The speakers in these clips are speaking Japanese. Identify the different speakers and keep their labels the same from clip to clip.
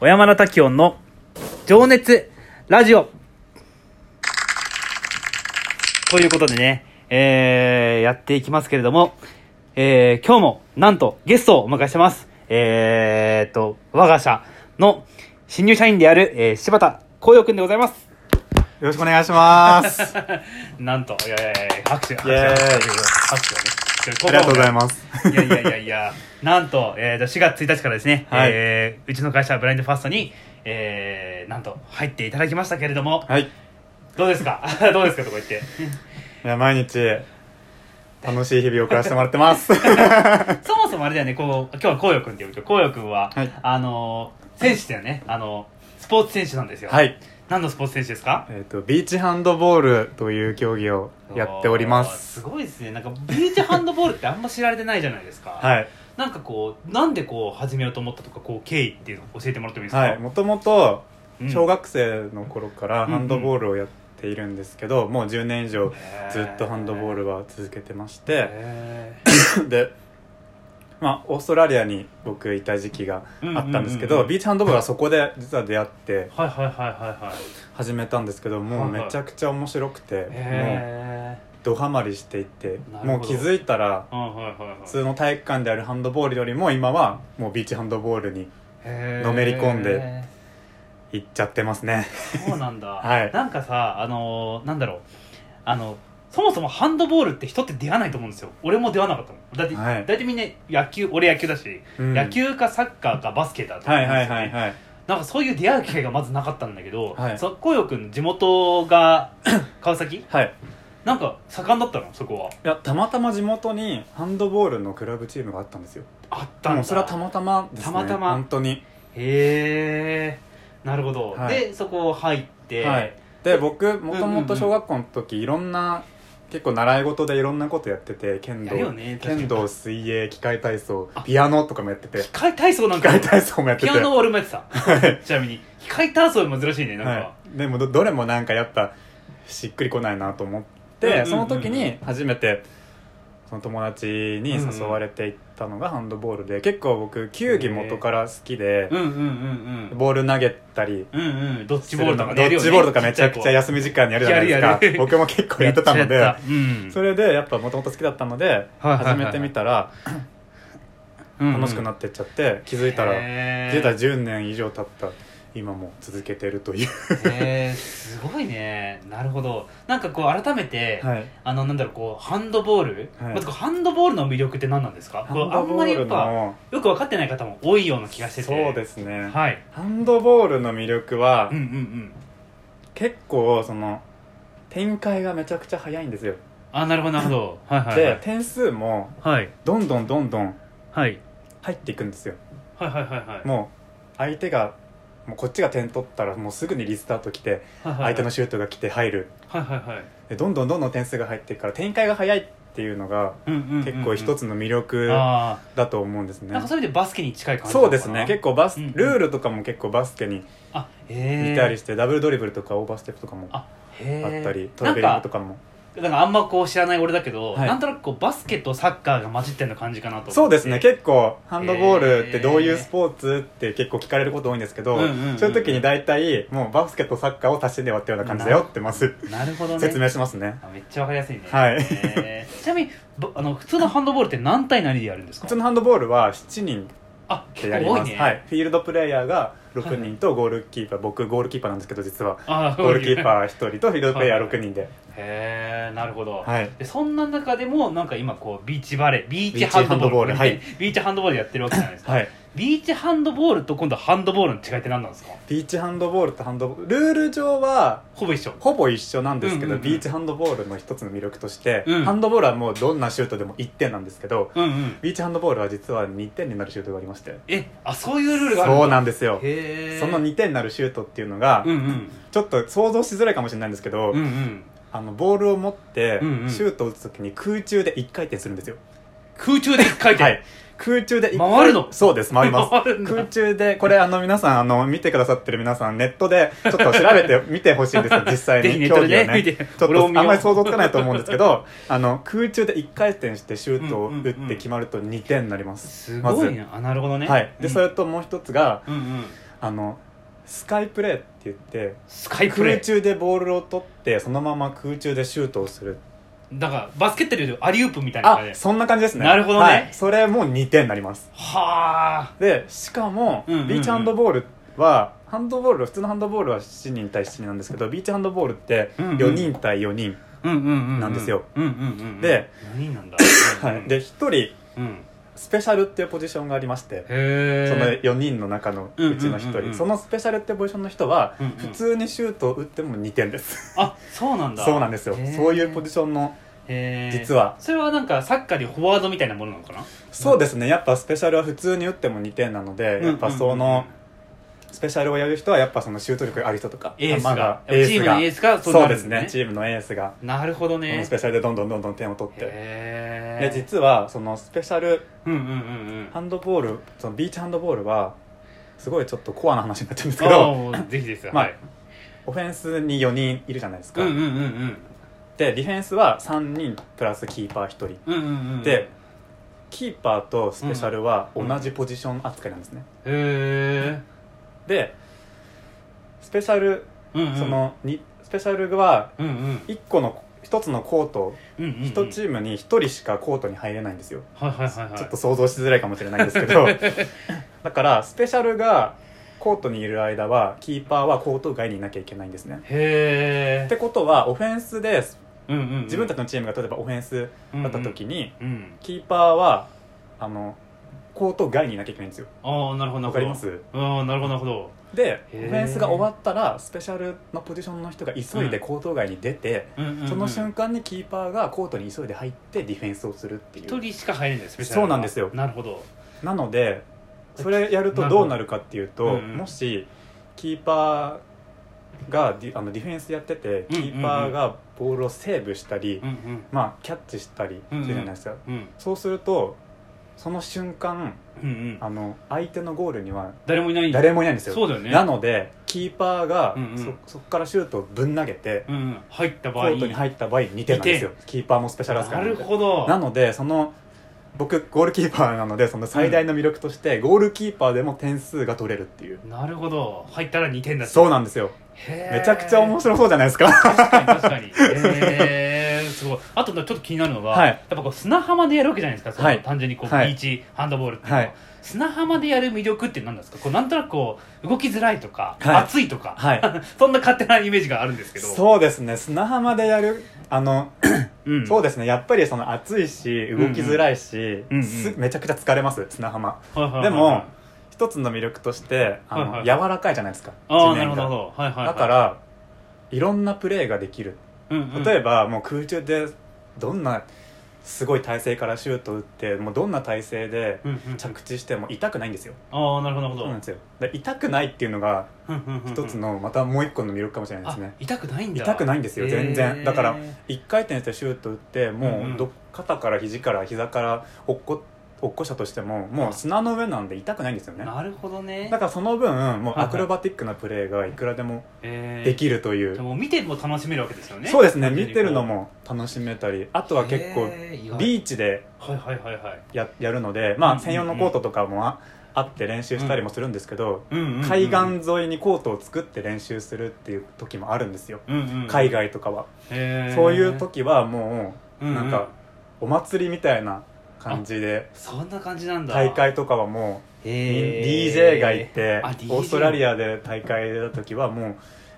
Speaker 1: 小山田滝音の情熱ラジオということでね、えー、やっていきますけれども、えー、今日もなんとゲストをお迎えしてます。えーっと、我が社の新入社員である、えー柴田光陽くんでございます。
Speaker 2: よろしくお願いしま す。あ
Speaker 1: なんと、いやいやいや、拍手、拍手、
Speaker 2: イエーイ
Speaker 1: 拍手拍手だね。
Speaker 2: りがとうございます。
Speaker 1: いやいやいやいや、なんと、えー、4月1日からですね、
Speaker 2: はい
Speaker 1: えーうちの会社、ブラインドファーストに、えー、なんと入っていただきましたけれども、
Speaker 2: はい。い
Speaker 1: どうですか どうですかとか言って。
Speaker 2: や、毎日、楽しい日々を送らせてもらっ てます。
Speaker 1: そもそもあれだよね、こう、今日はこうよくんって呼ぶけど、こうよくんは、
Speaker 2: はい
Speaker 1: あのー、選手だよね、あのー、スポーツ選手なんですよ。
Speaker 2: はい。
Speaker 1: 何のスポーツ選手ですか
Speaker 2: えっと、ビーチハンドボールという競技をやっておりま
Speaker 1: おーす
Speaker 2: す。
Speaker 1: ごいですね。なんか、ビーチハンドボールってあんま知られてないじゃないですか。
Speaker 2: はい。
Speaker 1: なんかこう、なんでこう、始めようと思ったとか、こう、経緯っていうのを教えてもらってもいいですか
Speaker 2: はい。もともと、
Speaker 1: うん
Speaker 2: 小学生の頃から
Speaker 1: うん
Speaker 2: ハンドボールをやっているんですけど、もう10年以上
Speaker 1: へー
Speaker 2: ずっとハンドボールは続けてまして、
Speaker 1: へー
Speaker 2: で、まあ、オーストラリアに僕いた時期があったんですけ
Speaker 1: うんうんうん
Speaker 2: ど、
Speaker 1: うん
Speaker 2: ビーチハンドボールはそこで実は出会って
Speaker 1: はいはいはいはいはい
Speaker 2: 始めたんですけど、もうめちゃくちゃ面白くて、もう
Speaker 1: へ
Speaker 2: ドハマりしていって
Speaker 1: なるほど
Speaker 2: もう気づいたら
Speaker 1: えはいはいはい
Speaker 2: 普通の体育館であるハンドボールよりも今はもうビーチハンドボールに
Speaker 1: はい
Speaker 2: のめり込んで行っちゃってますね
Speaker 1: そうなんだ、
Speaker 2: はい
Speaker 1: なんかさあのーなんだろうあのそもそもハンドボールって人って出会わないと思うんですよ俺も出会わなかったもんだって、
Speaker 2: はい
Speaker 1: だいたいみんな野球俺野球だし、
Speaker 2: うん
Speaker 1: 野球かサッカーかバスケだと思
Speaker 2: は
Speaker 1: うん
Speaker 2: い
Speaker 1: ですよ、
Speaker 2: はいはいはい
Speaker 1: なんかそういう出会う機会がまずなかったんだけど、
Speaker 2: はい
Speaker 1: そこよくん地元が 川崎
Speaker 2: はい
Speaker 1: なんか盛んだったのそこはい
Speaker 2: やたまたま地元にハンドボールのクラブチームがあったんですよ
Speaker 1: あったんだ
Speaker 2: もうそれはたまたまです
Speaker 1: た
Speaker 2: ね
Speaker 1: またま
Speaker 2: 本当に
Speaker 1: へえなるほど、
Speaker 2: はい
Speaker 1: でそこ入って、
Speaker 2: はいで僕もともと小学校の時いろんな結構習い事でいろんなことやってて剣
Speaker 1: や
Speaker 2: 道
Speaker 1: るよね確かに
Speaker 2: 剣道水泳機械体操ピアノとかもやってて
Speaker 1: 機械体操なん
Speaker 2: 機
Speaker 1: か
Speaker 2: 械体操もやってて
Speaker 1: ピアノは俺もやってた
Speaker 2: はい
Speaker 1: ちなみに機械体操は珍しいねなんか、
Speaker 2: はい、でもどどれもなんかやっぱしっくりこないなと思
Speaker 1: うんう
Speaker 2: っ
Speaker 1: んうん
Speaker 2: て、
Speaker 1: うん
Speaker 2: その時に初めてその友達に誘われていったのがハンドボールで、結構僕球技元から好きで
Speaker 1: うんうんうん
Speaker 2: ボール投げたり
Speaker 1: うんうんうんドッ
Speaker 2: す
Speaker 1: ジ
Speaker 2: る
Speaker 1: ボール
Speaker 2: の
Speaker 1: とか
Speaker 2: ド
Speaker 1: ねやる
Speaker 2: ッ
Speaker 1: よ
Speaker 2: ジ
Speaker 1: ね
Speaker 2: ボールとかめちゃくちゃ休み時間にやるじゃないで
Speaker 1: や
Speaker 2: すか
Speaker 1: るやる
Speaker 2: 僕も結構やってたの
Speaker 1: めっちゃや
Speaker 2: で
Speaker 1: ったうん
Speaker 2: それでやっぱもともと好きだったので
Speaker 1: はいはいはい
Speaker 2: 始めてみたら楽しくな
Speaker 1: っ
Speaker 2: ってっちゃって気づいたら気づいたら10年以上経った今も続けてるという、
Speaker 1: へえすごいねなるほどなんかこう改めて、
Speaker 2: はい、
Speaker 1: あのなんだろうこうハンドボール、
Speaker 2: はい
Speaker 1: まずこうハンドボールの魅力って何なんですか
Speaker 2: ハ
Speaker 1: こう
Speaker 2: ン
Speaker 1: あ
Speaker 2: ド
Speaker 1: ん
Speaker 2: ボ
Speaker 1: まり
Speaker 2: ー
Speaker 1: や
Speaker 2: ル
Speaker 1: っぱ
Speaker 2: の
Speaker 1: よく分かってない方も多いような気がしてて
Speaker 2: そうですすね
Speaker 1: はい
Speaker 2: ハンドボールの魅力は
Speaker 1: うんうんうん
Speaker 2: 結構その展開がめちゃくちゃ早いんですよ
Speaker 1: あなるほどなるほどはいはい
Speaker 2: で点数も
Speaker 1: はい
Speaker 2: どんどんどんどん
Speaker 1: はい
Speaker 2: 入っていくんですよ
Speaker 1: はいはいはいはい
Speaker 2: もう相手がもうこっちが点取ったらもうすぐにリスタート来て相手のシュートが来て入る
Speaker 1: はいはいはい
Speaker 2: でどんどんどんどん点数が入っていくから展開が早いっていうのが
Speaker 1: うんうんうんうん
Speaker 2: 結構一つの魅力
Speaker 1: あ
Speaker 2: だと思うんです
Speaker 1: あ
Speaker 2: ね
Speaker 1: なんかそういう意味でバスケに近い感じな
Speaker 2: そ
Speaker 1: の
Speaker 2: う
Speaker 1: かな
Speaker 2: ですね結構バス
Speaker 1: うんうん
Speaker 2: ルールとかも結構バスケに
Speaker 1: あへえ
Speaker 2: 似たりしてダブルドリブルとかオーバーステップとかもあ
Speaker 1: あへえ
Speaker 2: ったりトラベリングと
Speaker 1: か
Speaker 2: かも
Speaker 1: なんかあんまこう知らない俺だけど、
Speaker 2: はい
Speaker 1: なんとなくこうバスケとサッカーが混じってるの感じかなと思って
Speaker 2: そうですね結構ハンドボールってどういうスポーツって結構聞かれること多いんですけど、
Speaker 1: うんうんうん
Speaker 2: そういう時に大体もうバスケとサッカーを足しで割ったような感じだよってます
Speaker 1: なるほどね
Speaker 2: 説明しますね
Speaker 1: あめっちゃわかりやすいね
Speaker 2: はい
Speaker 1: へーちなみにぼあの普通のハンドボールって何対何でやるんですか
Speaker 2: 普通のハンドボールは7人
Speaker 1: あ結
Speaker 2: でやり
Speaker 1: 構多
Speaker 2: ま
Speaker 1: い
Speaker 2: す
Speaker 1: ね、
Speaker 2: はい、フィールドプレイヤーが6人とゴールキーパー僕ゴールキーパーなんですけど実は
Speaker 1: あ
Speaker 2: ゴールキー
Speaker 1: ー
Speaker 2: パー1人とフィールドプレイヤー6人で、
Speaker 1: へえなるほど、
Speaker 2: はい、
Speaker 1: でそんな中でもなんか今こうビーチバレービーチハンドボール
Speaker 2: ビーチハンドボールはい
Speaker 1: ビーチハンドボールやってるわけじゃないですか、
Speaker 2: はい、
Speaker 1: ビーチハンドボールと今度ハンドボールの違いって何なんですか
Speaker 2: ビーチハンドボールとハンドボールルール上は
Speaker 1: ほぼ一緒
Speaker 2: ほぼ一緒なんですけど、
Speaker 1: うんうんうん
Speaker 2: ビーチハンドボールの一つの魅力として、
Speaker 1: うん
Speaker 2: ハンドボールはもうどんなシュートでも1点なんですけど
Speaker 1: うんうん
Speaker 2: ビーチハンドボールは実は2点になるシュートがありまして
Speaker 1: えあそういうルールがある
Speaker 2: そう
Speaker 1: だ
Speaker 2: なんですよ
Speaker 1: へえ
Speaker 2: その2点になるシュートっていうのが、
Speaker 1: うんうん
Speaker 2: ちょっと想像しづらいかもしれないんですけど、
Speaker 1: うんうん
Speaker 2: あのボールを持ってシ
Speaker 1: うんうん
Speaker 2: ュートを打つ時に空中で1回転するんですよ、
Speaker 1: 空中で一回転、
Speaker 2: はい空中で一回
Speaker 1: 回るの
Speaker 2: そうです回 ります
Speaker 1: 回るんだ
Speaker 2: 空中でこれあの皆さんあの見てくださってる皆さんネットでちょっと調べて見てほしいん ですよ実際
Speaker 1: ぜひネ
Speaker 2: に
Speaker 1: ットでね
Speaker 2: 競技を
Speaker 1: 見て
Speaker 2: ちょっ
Speaker 1: 俺
Speaker 2: と
Speaker 1: も
Speaker 2: あん
Speaker 1: 見よう
Speaker 2: まり想像つかないと思うんですけど あの空中で1回転してシュートを
Speaker 1: うんうん
Speaker 2: 打
Speaker 1: うん
Speaker 2: って決まると2点になります
Speaker 1: すごい
Speaker 2: ま
Speaker 1: なあなるほどね
Speaker 2: はいでそれ
Speaker 1: と
Speaker 2: ともう一つが
Speaker 1: うんうん
Speaker 2: あのスカイプレーって言って
Speaker 1: スカイプレー
Speaker 2: 空中でボールを取ってそのまま空中でシュートをする
Speaker 1: なんかバスケットでいうとアリウープみたいな
Speaker 2: あ
Speaker 1: 感じで
Speaker 2: そんな感じですね
Speaker 1: なるほどね
Speaker 2: はいそれも2点になります
Speaker 1: はあ
Speaker 2: でしかも、
Speaker 1: うんうんうん
Speaker 2: ビーチハンドボールはハンドボール普通のハンドボールは7人対7人なんですけどビーチハンドボールって
Speaker 1: うんうん
Speaker 2: 4人対4人、
Speaker 1: うんうんうん
Speaker 2: なんですよ
Speaker 1: うんうんうん
Speaker 2: で
Speaker 1: 何なんだ
Speaker 2: はい、で1人
Speaker 1: うん
Speaker 2: スペシャルっていうポジションがありまして
Speaker 1: へえ
Speaker 2: その4人の中のうちの1人、
Speaker 1: うんうんうんうん
Speaker 2: そのスペシャルってポジションの人は
Speaker 1: うんうん
Speaker 2: 普通にシュートを打っても2点です、
Speaker 1: あそうなんだ
Speaker 2: そうなんですよそういうポジ
Speaker 1: シ
Speaker 2: ションの
Speaker 1: ョ
Speaker 2: 実は
Speaker 1: それはなんかサッカーでフォワードみたいなものなのかな
Speaker 2: そうですねやっぱスペシャルは普通に打っても2点なので、やっぱそのスペシャルをやる人はやっぱそのシュート力がある人とか
Speaker 1: エース
Speaker 2: まあ
Speaker 1: が
Speaker 2: エース
Speaker 1: チームのエースがそう
Speaker 2: そ
Speaker 1: な
Speaker 2: う
Speaker 1: る
Speaker 2: で
Speaker 1: ん
Speaker 2: すねチームのエースが
Speaker 1: なるほど
Speaker 2: この
Speaker 1: ね
Speaker 2: スペシャルでどんどんどんどん点を取ってで
Speaker 1: へえ
Speaker 2: 実はそのスペシャル
Speaker 1: うんうんうん
Speaker 2: ハンドボールそのビーチハンドボールはすごいちょっとコアな話になっちゃうんですけど
Speaker 1: うんああぜひです
Speaker 2: まあ
Speaker 1: はい
Speaker 2: オフェンスに4人いるじゃないですか、
Speaker 1: うんうんうんうん
Speaker 2: でディフェンスは3人プラスキーパー1人
Speaker 1: うんうんうん
Speaker 2: でキーパーとスペシャルは
Speaker 1: う
Speaker 2: 同
Speaker 1: ん
Speaker 2: じポジション扱いなんですね、
Speaker 1: へ
Speaker 2: でスペシャル
Speaker 1: えうんうん
Speaker 2: そのにスペシャルは
Speaker 1: うんうん
Speaker 2: 1個の1つのコート
Speaker 1: うんうんうん
Speaker 2: 1チームに1人しかコートに入れないんですよ
Speaker 1: はいはいはいはい
Speaker 2: ちょっと想像しづらいかもしれないです けどだからスペシャルがコートにいる間はキーパーはコート外にいなきゃいけないんですね。
Speaker 1: へえ
Speaker 2: ってことはオフェンスで
Speaker 1: うんうんうん
Speaker 2: 自分たちのチームが例えばオフェンスだった時に
Speaker 1: うんうん
Speaker 2: キーパーはあのコート外にいなきゃいけないんですよ。
Speaker 1: ああなるほどなるほど
Speaker 2: わかります
Speaker 1: ああなるほどなるほど
Speaker 2: でオフ
Speaker 1: へー
Speaker 2: ェンスが終わったらスペシャルのポジションの人が急いでコート外に出て、
Speaker 1: うんうんうん
Speaker 2: その瞬間にキーパーがコートに急いで入ってディフェンスをするっていう
Speaker 1: 一人しか入れないですペシャルは
Speaker 2: そうなんですよ
Speaker 1: なるほど
Speaker 2: なのでそれやるとどうなるかっていうと、
Speaker 1: なるほどうんうん
Speaker 2: もしキーパーがディあのディフェンスやってて
Speaker 1: う
Speaker 2: キ
Speaker 1: んうんうん
Speaker 2: ーパーがボールをセーブしたり、
Speaker 1: うんうん
Speaker 2: まあ、キャッチしたりするじゃないですか、
Speaker 1: うん
Speaker 2: そうするとその瞬間
Speaker 1: うんうん
Speaker 2: あの相手のゴールには
Speaker 1: 誰もいない
Speaker 2: 誰もいないんですよ、
Speaker 1: そうだよね
Speaker 2: なのでキーパーが
Speaker 1: うんうん
Speaker 2: そそこからシュートをぶん投げて、
Speaker 1: うんうん入った
Speaker 2: コ
Speaker 1: 場合
Speaker 2: ートに入った場合2点なんですよキーパーもスペシャル扱い
Speaker 1: なん
Speaker 2: で
Speaker 1: るほど
Speaker 2: なのでその僕ゴールキーパーなのでその最大の魅力として、ゴールキーパーでも点数が取れるっていう
Speaker 1: なるほど入ったら2点だ
Speaker 2: そう
Speaker 1: う
Speaker 2: なんですよ
Speaker 1: め
Speaker 2: めちゃくちゃ面白そうじゃないですか
Speaker 1: 確かに確かにへえすごいあとちょっと気になるのは、
Speaker 2: はい
Speaker 1: やっぱこう砂浜でやるわけじゃないですかその、
Speaker 2: はい
Speaker 1: 単純にこう、
Speaker 2: はい
Speaker 1: ビーチハンドボールっていうの
Speaker 2: は
Speaker 1: はい砂浜でやる魅力って何なんですかこうなんとなくこう動きづらいとか、
Speaker 2: はい
Speaker 1: 暑いとか、
Speaker 2: はい
Speaker 1: そんな勝手なイメージがあるんですけど
Speaker 2: そうですね砂浜でやるあの、
Speaker 1: う,、ん、
Speaker 2: そうですねやっぱりその暑いし動きづらいし、
Speaker 1: うんうん
Speaker 2: す
Speaker 1: うんうん
Speaker 2: めちゃくちゃ疲れます砂浜
Speaker 1: はいはいはい
Speaker 2: でも一つの魅力としてあの、
Speaker 1: はいはい
Speaker 2: 柔らかいじゃないですか
Speaker 1: ああ
Speaker 2: 地
Speaker 1: なるほ
Speaker 2: 面
Speaker 1: ど
Speaker 2: が
Speaker 1: なるほどはいはい、はい、
Speaker 2: だからいろんなプレーができる
Speaker 1: うんうん、
Speaker 2: 例え
Speaker 1: ば
Speaker 2: ばもう空中でどんなすごい体勢からシュート打ってもうどんな体勢で着地しても痛くないんですよ
Speaker 1: ああなるほどなるほど
Speaker 2: そうなんですよで痛くないっていうのが
Speaker 1: うんうんうんうん
Speaker 2: 一つのまたもう一個の魅力かもしれないで
Speaker 1: あ
Speaker 2: すね
Speaker 1: 痛くないんだ
Speaker 2: 痛くないんですよ全然だから一回転してシュート打って
Speaker 1: うんう
Speaker 2: も
Speaker 1: ん
Speaker 2: うど肩から肘から膝から落っこ落っこしたとしてももう砂の上なんで痛くないんですよね
Speaker 1: なるほどね
Speaker 2: だからその分もう
Speaker 1: はいはい
Speaker 2: アクロバティックなプレーがいくらでも
Speaker 1: えー
Speaker 2: できるという
Speaker 1: でも見ても楽しめるわけですよね
Speaker 2: そうですね見てるのも楽しめたりあとは結構
Speaker 1: 構
Speaker 2: ビーチで
Speaker 1: はいはいはいはい
Speaker 2: ややるので、
Speaker 1: う
Speaker 2: ま
Speaker 1: ん
Speaker 2: あ、専用のコートとかもああって練習したりもするんですけど、
Speaker 1: うんうんうん
Speaker 2: 海岸沿いにコートを作って練習するっていう時もあるんですよ、
Speaker 1: うんうん
Speaker 2: 海外とかは、
Speaker 1: へー
Speaker 2: そういう時はもう
Speaker 1: うんうん
Speaker 2: なんかお祭りみたいな感じで
Speaker 1: そんな感じなんだ
Speaker 2: 大会とかはも
Speaker 1: へ
Speaker 2: う
Speaker 1: ー
Speaker 2: DJ がいて
Speaker 1: あ DJ
Speaker 2: オーストラリアで大会だ時はもう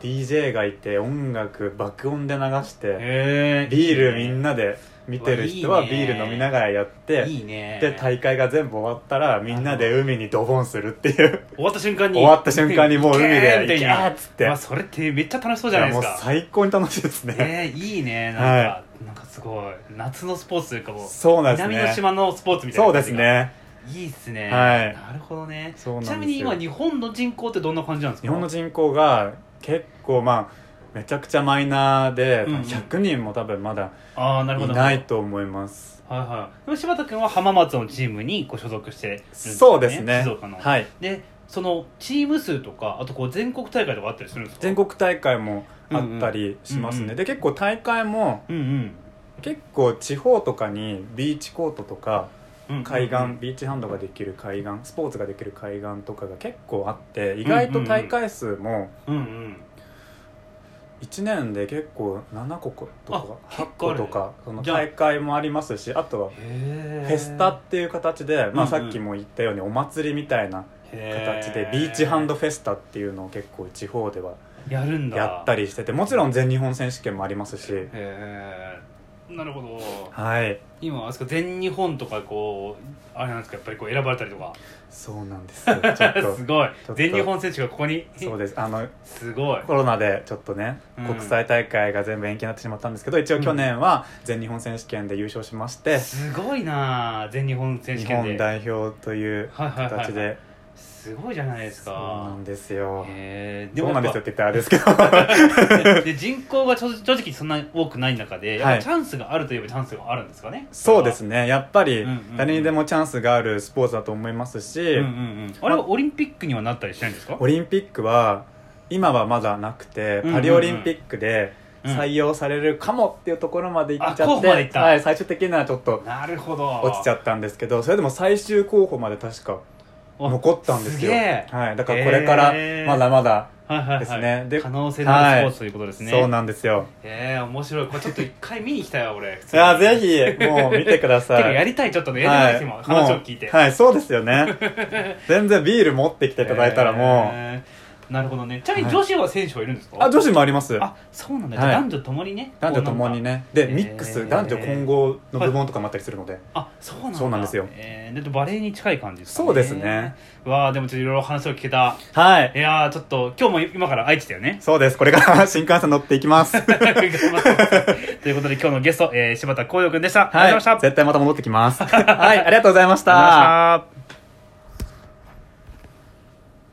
Speaker 2: DJ がいて音楽爆音で流して
Speaker 1: へ
Speaker 2: ビールみん
Speaker 1: な
Speaker 2: なで見てる人はビール飲みながらやって
Speaker 1: いいね
Speaker 2: で大会が全部終わったらみんなで海にドボンするっていう
Speaker 1: 終わった瞬間に
Speaker 2: 終わった瞬間にもう海で
Speaker 1: 行けーみたいな
Speaker 2: 行けーっつって
Speaker 1: まあそれってめっちゃ楽しそうじゃないで
Speaker 2: も
Speaker 1: す
Speaker 2: う
Speaker 1: か
Speaker 2: 最高に楽しいですね、
Speaker 1: ねいいねなんか、
Speaker 2: は
Speaker 1: なんかすごい夏のスポーツというかもう
Speaker 2: そうなんですね
Speaker 1: 南の島のスポーツみたいな
Speaker 2: そうですね
Speaker 1: いいっすね
Speaker 2: はい
Speaker 1: なるほどね
Speaker 2: そうなん
Speaker 1: ち
Speaker 2: ですよ
Speaker 1: なみに今日本の人口ってどんな感じなんですか
Speaker 2: 日本の人口が結構まあめちゃくちゃマイナーで、
Speaker 1: うんうん
Speaker 2: 100人も多分まだ
Speaker 1: ああなるほ
Speaker 2: い
Speaker 1: ど
Speaker 2: ないと思います
Speaker 1: はいはいでも柴田君は浜松のチームにご所属してるんですよね
Speaker 2: そうですね
Speaker 1: 静岡の、
Speaker 2: はい
Speaker 1: でそのチーム数とかあとこう全国大会とかあったりするんですか
Speaker 2: 全国大会もあったりしますね、
Speaker 1: うんうん
Speaker 2: で結構大会も
Speaker 1: うんうん
Speaker 2: 結構地方とかにビーチコートとか
Speaker 1: うん
Speaker 2: 海岸、
Speaker 1: うんうん
Speaker 2: ビーチハンドができる海岸スポーツができる海岸とかが結構あって意外と大会数も
Speaker 1: うんうん
Speaker 2: 1年で結構7個と
Speaker 1: あ
Speaker 2: か8
Speaker 1: 結構あ
Speaker 2: 個
Speaker 1: る
Speaker 2: とかその
Speaker 1: じゃあ
Speaker 2: 大会もありますしあとは
Speaker 1: へー
Speaker 2: フェスタっていう形で、まあ、
Speaker 1: うんう
Speaker 2: さ
Speaker 1: ん
Speaker 2: っきも言ったようにお祭りみたいな
Speaker 1: へー
Speaker 2: 形でビーチハンドフェスタっていうのを結構地方では
Speaker 1: やるんだ
Speaker 2: やった
Speaker 1: り
Speaker 2: りしててもちろん全日本選手権もありますし
Speaker 1: へえなるほど
Speaker 2: はい
Speaker 1: 今あそこ全日本とかこうあれなんですかやっぱりこう選ばれたりとか
Speaker 2: そうなんですよちょっと
Speaker 1: すごい
Speaker 2: と
Speaker 1: 全日本選手がここに
Speaker 2: そうですあの
Speaker 1: すごい
Speaker 2: コロナでちょっとね、
Speaker 1: うん
Speaker 2: 国際大会が全部延期になってしまったんですけど一応去年は全日本選手権で優勝しまして、
Speaker 1: すごいなあ全日本選手
Speaker 2: 日
Speaker 1: 権で
Speaker 2: 本代表という
Speaker 1: はいはいはいはい
Speaker 2: 形で、
Speaker 1: すごいじゃないです
Speaker 2: そうな
Speaker 1: か
Speaker 2: んですよ、
Speaker 1: へえ
Speaker 2: そうなんですよって言ったらあれですけど
Speaker 1: で人口がちょ正直そんなに多くない中で、やっぱ
Speaker 2: はい
Speaker 1: チャンスがあるといえばチャンスがあるんですかね
Speaker 2: そうですねやっぱり
Speaker 1: うんうんうん
Speaker 2: 誰にでもチャンスがあるスポーツだと思いますし、
Speaker 1: うんうんうんあれはオリンピックにはなったりしないんですか
Speaker 2: オリンピックは今はまだなくて
Speaker 1: うんうん
Speaker 2: パリオリンピックで
Speaker 1: うん
Speaker 2: 採用されるかもっていうところまで行っち
Speaker 1: あ
Speaker 2: ゃ
Speaker 1: 候
Speaker 2: っ、
Speaker 1: 補まで行ってた
Speaker 2: はい、最終的にはちょっと
Speaker 1: なるほど
Speaker 2: 落ちちゃ
Speaker 1: う
Speaker 2: ったんですけどそれでも最終候補まで確か残ったんですよ
Speaker 1: すげえ
Speaker 2: はい、だからこれから
Speaker 1: へー
Speaker 2: まだまだ、
Speaker 1: はいはいはい
Speaker 2: ですねで
Speaker 1: 可能性のあるスポーツということですね、
Speaker 2: そうなんですよ
Speaker 1: ええ面白いこれちょっと一回見に行きたいわ俺
Speaker 2: いやぜ
Speaker 1: ひ
Speaker 2: ひもう見てく ださい
Speaker 1: やりたいちょっとねやりたい
Speaker 2: は
Speaker 1: です
Speaker 2: い、
Speaker 1: 今
Speaker 2: もう
Speaker 1: 話を聞いて
Speaker 2: はいそうですよね全然ビール持ってきていただいたらもう、
Speaker 1: えーなるほどねちなみに女子は選手はいるんですか、
Speaker 2: あ女子もあります
Speaker 1: あそうなんだ、
Speaker 2: はい
Speaker 1: じゃあ男女ともにね
Speaker 2: 男女ともにねで
Speaker 1: ー
Speaker 2: ミックス男女混合の部門とかもあったりするので、
Speaker 1: あそうなんだ
Speaker 2: そうなんですよ
Speaker 1: えー、でバレーに近い感じですか、
Speaker 2: そうですね
Speaker 1: わあでもちょっといろいろ話を聞けた
Speaker 2: はい
Speaker 1: いやーちょっと今日も今から愛知だよね
Speaker 2: そうですこれから新幹線乗っていきますはい
Speaker 1: 頑張ってますということで今日のゲスト、えー、柴田光陽君でした、ありがとうございました
Speaker 2: 絶対また戻ってきますはいありがとうございまし
Speaker 1: ありがとうございまし
Speaker 2: た
Speaker 1: た